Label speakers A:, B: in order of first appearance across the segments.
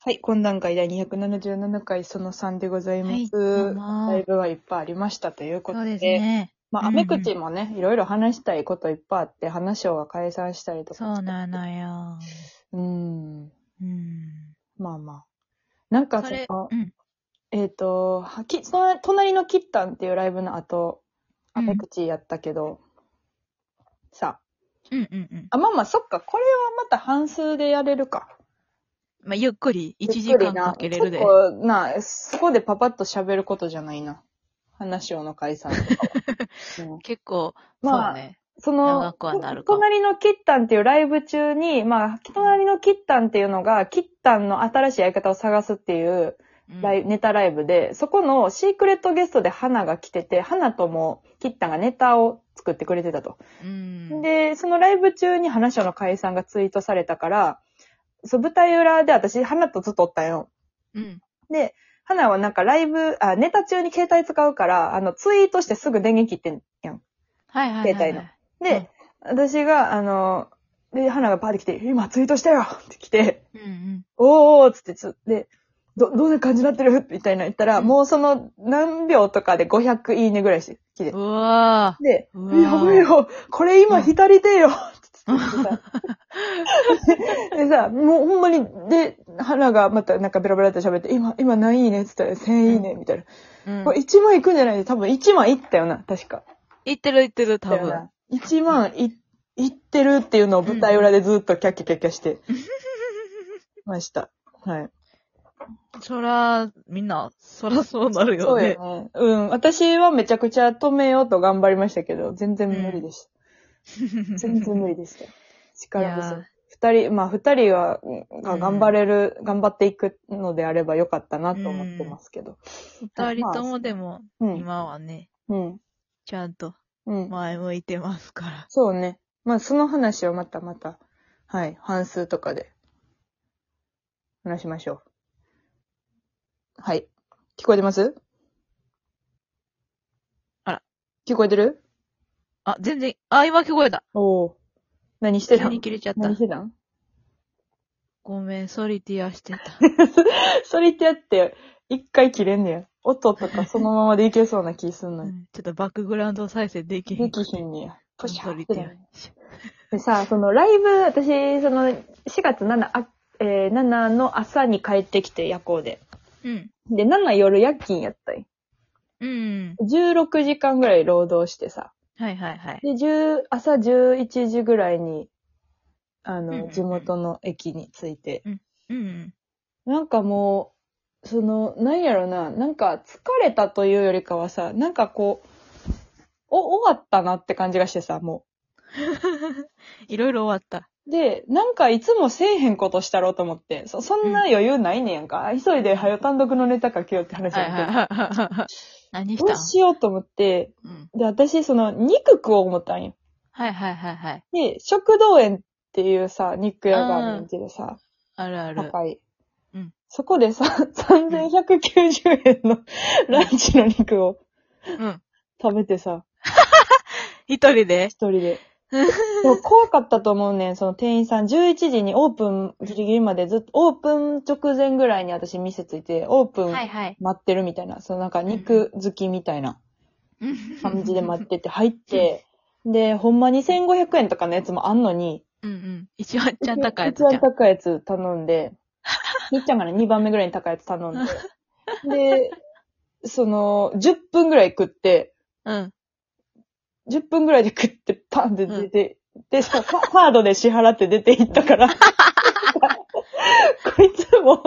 A: はい、今段階第277回その3でございます。
B: はいどうも
A: ライブはいっぱいありましたというこ
B: そ
A: と
B: う
A: で、
B: ですね。
A: まあ、
B: うんう
A: 雨
B: ん
A: 口もね、いろいろ話したいこといっぱいあって、話を解散したりとか。
B: そうなのよ。
A: うん、
B: うん。
A: まあまあ。なんか
B: そ
A: そ
B: れ
A: の、
B: うん。
A: えっ、と、はき、その隣のキッタンっていうライブの後、
B: うん
A: 雨口やったけど、さ
B: うんうんうん。
A: あ、まあまあ、そっか、これはまた半数でやれるか。
B: まあ、ゆっくり、1時
A: ゆっくり
B: 間
A: な
B: かけれるで。
A: 結構な、そこでパパッと喋ることじゃないな。話をの解散とかは、 うん
B: 結構、
A: まあ
B: そうね。
A: その
B: 長くはなる、か
A: 隣のキッタンっていうライブ中に、まあ、隣のキッタンっていうのが、キッタンの新しいやり方を探すっていう
B: うん
A: ライ、ネタライブで、そこのシークレットゲストで花が来てて、花ともキッタンがネタを作ってくれてたと。
B: うん。
A: で、そのライブ中に花椒の解散がツイートされたから、そう、舞台裏で私、花とずっとおったんよ。
B: うん。
A: で、花はなんかライブ、あ、ネタ中に携帯使うから、あの、ツイートしてすぐ電源切ってんやん。
B: はいはいはい、
A: 携
B: は
A: 帯
B: い。
A: で、私が、あの、で、花がパーって来て、今ツイートしたよって来て、
B: うんうん。
A: おーおーっつってつ、で、ど、どんな感じになってるみたいな言ったら、
B: うん
A: もうその何秒とかで500いいねぐらいして、来て
B: う。わ
A: で、
B: ーうわー
A: やばいよこれ今浸りてえよつってさ でさ、もうほんまに、で、花がまたなんかベラベラって喋って、今、今何いいねって言ったら1000いいねみたいな。
B: うん
A: これ1万いくんじゃない多分1万いったよな、確か。
B: いってるいってる、多
A: だよ
B: 分。
A: な1万いいってるっていうのを舞台裏でずっとキャッキャキャッキャ してました。はい。
B: そら、みんな、そらそうなる
A: そ
B: よ
A: う
B: ね。
A: よね。うん。私はめちゃくちゃ止めようと頑張りましたけど、全然無理でした。 全然無理でした。力不
B: いや
A: 足
B: ー。
A: 二人、まあ二人が、が
B: うん
A: 頑張れる、頑張っていくのであればよかったなと思ってますけど。
B: 二人ともでも、
A: うん。
B: 今はね、
A: うん。
B: ちゃんと
A: うん。
B: 前向いてますから。
A: そうね。まあその話をまたまた、はい、半数とかで、話しましょう。はい。聞こえてます
B: あら。
A: 聞こえてる
B: あ、全然、あ、今聞こえた。
A: おお。何して
B: 急
A: たん
B: に切れちゃった
A: 何し。てたん
B: ごめん、ソリティアしてた。
A: それってやって、一回切れんねや。音とかそのままでいけそうな気すんの
B: う
A: よ。
B: んちょっとバックグラウンド再生できへ
A: で
B: んか
A: き
B: ら。
A: ひんねや。ポシャ
B: ソ
A: ー
B: リ
A: って
B: テ
A: な
B: ィア
A: る。でさ、そのライブ、私、その、4月7、あえー、7の朝に帰ってきて、夜行で。
B: うん。
A: で、7夜夜勤やったんよ
B: うん。
A: 16時間ぐらい労働してさ。
B: はいはいはい。
A: で、10朝11時ぐらいに、あ
B: うんうんう
A: の、
B: ん
A: 地元の駅に着いて。
B: うん。
A: なんかもう、その、なんやろな、なんか疲れたというよりかはさ、なんかこう、お、終わったなって感じがしてさ、も
B: いろいろ終わった。
A: う。で、なんかいつもせえへんことしたろうと思って、そ、そんな余裕ないねんやんか。急いで、はよ単独のネタ書けようって話
B: は
A: や
B: い
A: ん
B: はい
A: か
B: はいはい。何し
A: どう
B: たん
A: しようと思って、
B: うん。
A: で、私、その、肉食おう思ったんよ。
B: はいはいはいはい。
A: で、食堂園っていうさ、肉屋があるんやけどさ、
B: あるある。
A: 高い。
B: うん
A: そこでさ、3190円のランチの肉を
B: うん。
A: 食べてさ、
B: 一人で
A: 一人 で。でも怖かったと思うねん、その店員さん。11時にオープンギリギリまでずっと、オープン直前ぐらいに私店ついて、オープン
B: はい
A: 待
B: はい。
A: ってるみたいな、そのなんか肉好きみたいな感じで待ってて入って、で、ほんまに1500円とかのやつもあんのに、
B: うんうん。一番ちゃん高いやつ
A: 一
B: じゃ
A: 番
B: ん。
A: 高いやつ頼ん で、みっちゃんがね、2番目ぐらいに高いやつ頼んで、で、その、10分ぐらい食って、
B: うん。
A: 10分ぐらいで食って、パンって出て、で、さ、カ カードで支払って出て行ったから、 こいつも、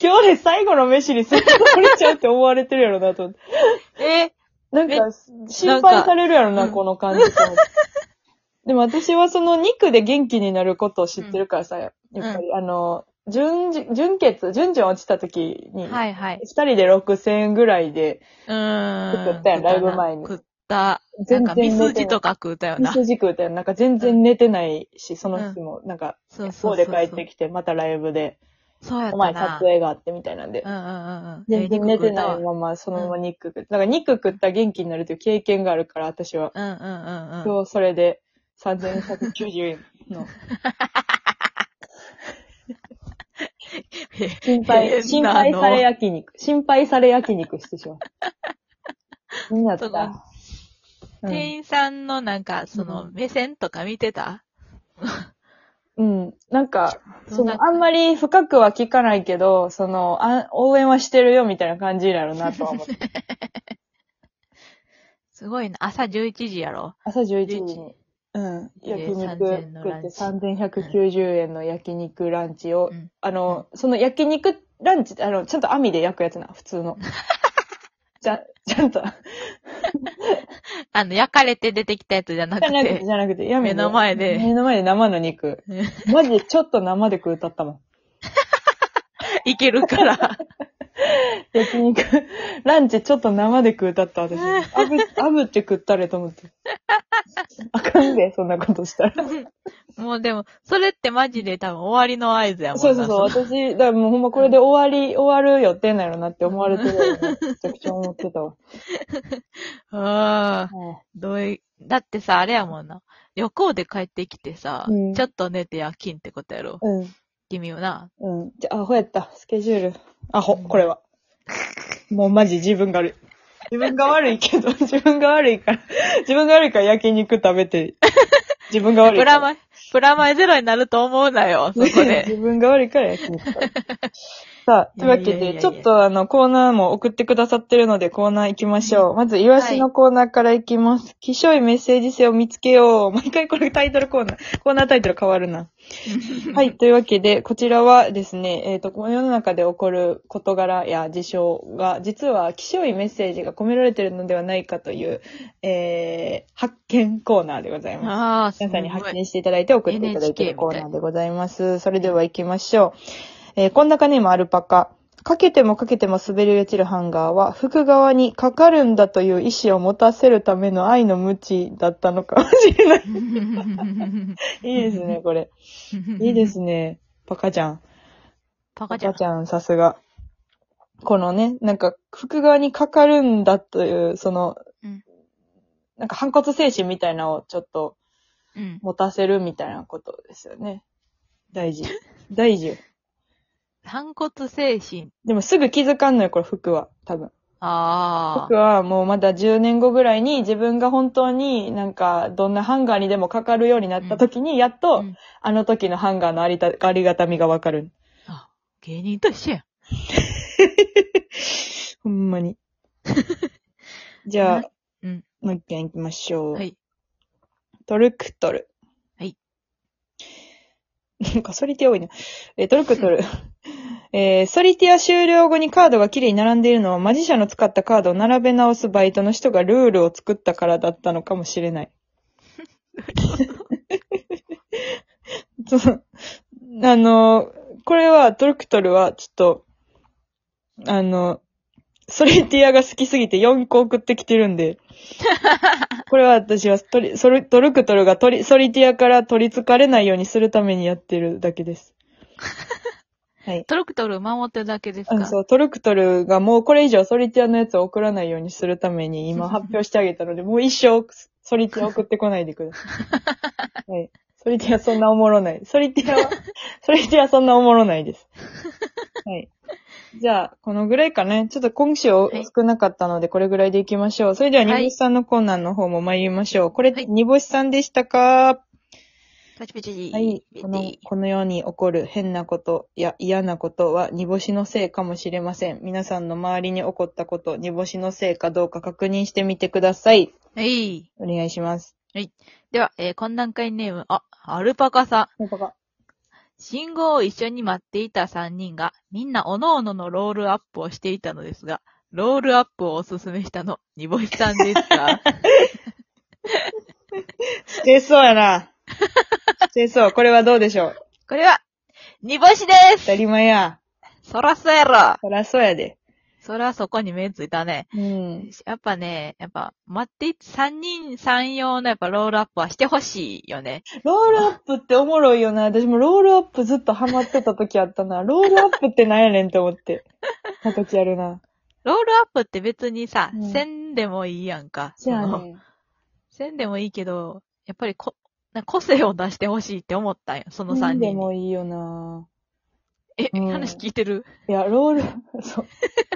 A: 今日で最後の飯にすっとれちゃうって思われてるやろなと思って。
B: え
A: なん
B: え
A: か、心配されるやろな、
B: なんか
A: この感じと思って。 でも私はその肉で元気になることを知ってるからさ、やっぱり、あの、純じ、純血、純々落ちた時に、二
B: はいはい。
A: 人で6000円ぐらいで、
B: うーん。
A: 食ったやんライブ前に
B: 食った。なん
A: 全
B: か、
A: 然
B: ミス
A: 寝て
B: ジ
A: ない
B: と。か食うたよ
A: ミ
B: な。
A: スジ食うたよ。なんか全然寝てないし、その日も、なんか、
B: そうそうそ。
A: そううで帰ってきて、またライブで、
B: そうやった
A: お
B: な。
A: 前撮影があってみたいなんで
B: う。んうんうんうん。
A: 全然寝てない
B: うん
A: まま、そのまま肉食って。だから肉食ったら元気になるという経験があるから、私は。
B: うんうんうん。
A: 今日それで3190円の。心配、
B: 変
A: 心
B: なの
A: 配され焼肉。心配され焼肉してしまう。になっ
B: その
A: た。うん
B: 店員さんのなんか、その、目線とか見てた
A: うん。なんか、
B: ど
A: そ
B: んな
A: の、あんまり深くは聞かないけど、その、あ応援はしてるよみたいな感じになるなとは思 って。
B: すごいな。朝11時やろ。
A: 朝11時に、うん。焼肉
B: 3000
A: 食
B: のラ
A: っ
B: ン
A: て
B: チ
A: 3190円の焼肉ランチを、
B: うん
A: あの、その焼肉ランチって、あの、ちゃんと網で焼くやつな、普 通の。ちゃん、ちゃんと、
B: あの、焼かれて出てきたやつじゃな
A: じゃ
B: く
A: なくて、
B: て。
A: じゃなくて、やめて
B: 目の前で
A: 目の前で生の 肉
B: うん。
A: マジでちょっと生で食うたったもん。
B: いける から。
A: 焼肉、ランチちょっと生で食うたった私。あぶ、あぶって食ったれと思って。あかんで、そんなことしたら。
B: もうでも、それってマジで多分終わりの合図やもんな。
A: そうそうそう、私、だからもうほんまこれで終わり、終わる予定なのなって思われてるよねめちゃくちゃ思ってたわ。
B: う。ああ。
A: は
B: どうい、だってさ、あれやもんな。旅行で帰ってきてさ、
A: うん
B: ちょっと寝て夜勤ってことやろ。
A: いうん。
B: 君はな。
A: うん。じゃあ、アホやった。スケジュール。アホ、これは。もうマジ自分が悪い。自分が悪いけど、自分が悪いから、自分が悪いから焼肉食べて、自分が悪いか
B: プラ
A: ら。
B: マイ、プラマイゼロになると思うなよ、そこで。
A: 自分が悪いから焼 肉食べて。さあ、というわけ
B: いやいやいや
A: で、
B: いや
A: ちょっとあの、コーナーも送ってくださってるので、コーナー行きましょう。まず、イワシのコーナーから行きます。希少いメッセージ性を見つけよう。毎回これタイトルコーナー、コーナータイトル変わる な。はい。というわけで、こちらはですね、えっ、と、この世の中で起こる事柄や事象が、実は希少いメッセージが込められているのではないかという、えー、発見コーナーでございます。
B: ああ、す
A: 皆
B: ご
A: さん
B: い
A: に。発見していただいて送っていただいてい
B: NHK
A: るコーナーでございます。それでは行きましょう。えー、こん中にもアルパカ。かけてもかけても滑り落ちるハンガーは、服側にかかるんだという意志を持たせるための愛の無知だったのかもしれない。いいですね、これ。 いいで。すね。パカちゃん。
B: パカ
A: パ
B: ちゃ
A: カ
B: ん。
A: ちゃん、さすが。このね、なんか、服側にかかるんだという、その、
B: うん
A: なんか反骨精神みたいなのをちょっと
B: うん。
A: 持たせるみたいなことですよね。大事。大事よ。
B: 反骨精神。
A: でもすぐ気づかんのよ、これ服は。多分。
B: あ
A: 服はもうまだ10年後ぐらいに自分が本当になんかどんなハンガーにでもかかるようになった時に、やっ
B: あ。
A: と、
B: うん
A: あの時のハンガーのありたありがたみがわかる。
B: あ芸人と一緒やん。
A: ほんま に。じゃあ、
B: うん。
A: もう一件行きましょう。
B: はい。
A: トルクトル。
B: はい。
A: なんか、ソリティア多いな。えートルクト ル。えーソリティア終了後にカードが綺麗に並んでいるのは、マジシャンの使ったカードを並べ直すバイトの人がルールを作ったからだったのかもしれ ない。そのあの、これは、トルクトルは、ちょっと、あの、ソリティアが好きすぎて4個送ってきてるんで、 これは私はトリ、ソルトルクトルがトリ、ソリティアから取り憑かれないようにするためにやってるだけです。はい。
B: トルクトル守ってるだけです
A: あ
B: か
A: のそう、トルクトルがもうこれ以上ソリティアのやつを送らないようにするため に今発表してあげたので、もう一生ソリティア送ってこないでくださ い。はい。ソリティアそんなおもろない。ソリティアは、ソリティアそんなおもろない です。はい。じゃあ、このぐらいかね。ちょっと今週
B: い
A: 少なかったので、これぐらいでいきましょう。それでは、煮
B: はい
A: 干しさんのコーナーの方も参りましょう。これ
B: は、い
A: 煮干しさんでしたか
B: パチパチ。
A: はい。この、この世に起こる変なことや嫌なことは煮干しのせいかもしれません。皆さんの周りに起こったこと、煮干しのせいかどうか確認してみてください。
B: はい。
A: お願いします。
B: では、えー、懇談会ネーム、あ、アルパカさん。
A: パカパ
B: 信号を一緒に待っていた3人が、みんな各々のロールアップをしていたのですが、ロールアップをおすすめしたの、煮干しさんですか
A: してそうやな。してそう。これはどうでしょう
B: これは、煮干しで
A: 当
B: す
A: たり前や。
B: そらそうやろ
A: そらそうやで。
B: そらそこに目ついたね。
A: うん。
B: やっぱね、やっぱ、待ってい、3人3用のやっぱロールアップはしてほしいよね。
A: ロールアップっておもろいよな。私もロールアップずっとハマってた時あったな。ロールアップってなんやねんって思って。形やるな。
B: ロールアップって別にさ、
A: うん
B: せんでもいいやんか。
A: じゃあ
B: その
A: ね。
B: せんでもいいけど、やっぱりこ、な個性を出してほしいって思ったんよ、その3
A: 何
B: 人
A: で
B: に。
A: もいいよな。
B: え、
A: うん
B: 話聞いてる
A: いや、ロール、 そう。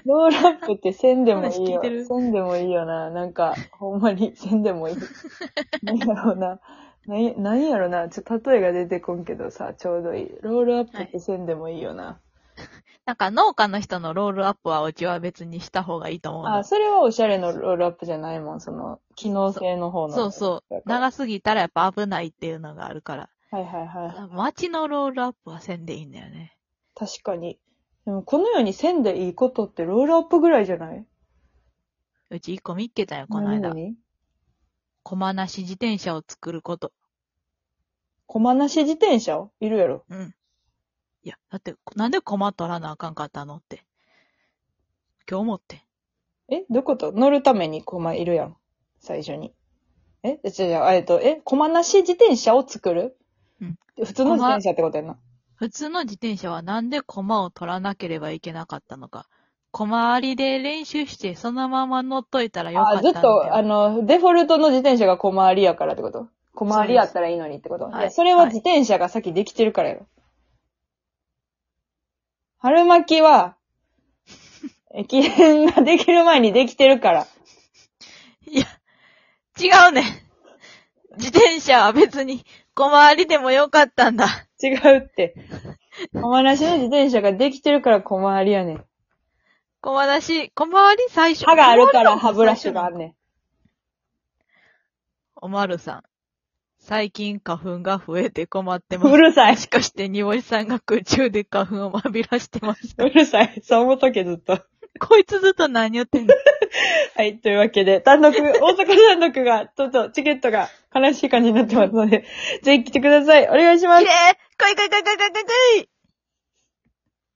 A: ロールアップってせんでもいい
B: 話聞
A: よ。
B: いてる
A: せんでもいいよな。なんか、ほんまにせんで もいい。なんやろうな。なんなんやろうな。ちょっと例えが出てこんけどさ、ちょうどいい。ロールアップってせんでもいいよな。
B: なんか農家の人のロールアップはうちは別にした方がいいと思う
A: あ、
B: の。
A: それはおしゃれのロールアップじゃないもん。その、機能性の方の。
B: そうそう。長すぎたらやっぱ危ないっていうのがあるから。
A: はいはいはい。
B: 街のロールアップはせんでいいんだよね。
A: 確かに。でも、このようにせんでいいことってロールアップぐらいじゃないう
B: ち一個見っけたよ、この間。
A: 何々
B: 駒なし自転車を作ること。
A: 駒なし自転車をいるやろ。
B: うん。いや、だって、なんで駒取らなあかんかったのって。今日思って。
A: えどういうこと乗るために駒いるやん。最初に。えじゃじゃえっと、え駒なし自転車を作る
B: うん。
A: 普通の自転車ってことやな。
B: 普通の自転車はなんで駒を取らなければいけなかったのか。駒ありで練習して、そのまま乗っといたらよかった
A: あ、
B: んだ
A: ず
B: よ
A: っと、あの、デフォルトの自転車が駒ありやからってこと駒ありやったらいいのにってこと
B: そ
A: い
B: うですはい
A: や、それは自転車が先できてるからやろ。春巻き は、駅伝ができる前にできてるから。
B: いや、違 うねん。自転車は別に駒ありでもよかったんだ。
A: 違う って。駒なしの自転車ができてるから駒ありやねん。
B: 駒なし、駒あり最初。
A: 歯があるから
B: 駒
A: 歯
B: ありの方
A: ブラシがあ
B: 最初なの
A: んねん。
B: おまるさん。最近花粉が増えて困ってま す。
A: うるさい
B: も。しかして、にぼしさんが空中で花粉をまびらしてます
A: うるさい。そう思っとけ、ずっと。
B: こいつずっと何言ってんの
A: はい、というわけで、単独、大阪単独が、ちょっとチケットが悲しい感じになってますので、ぜひ来てください。お願いします
B: え。ぇこいこいこいこいこいこい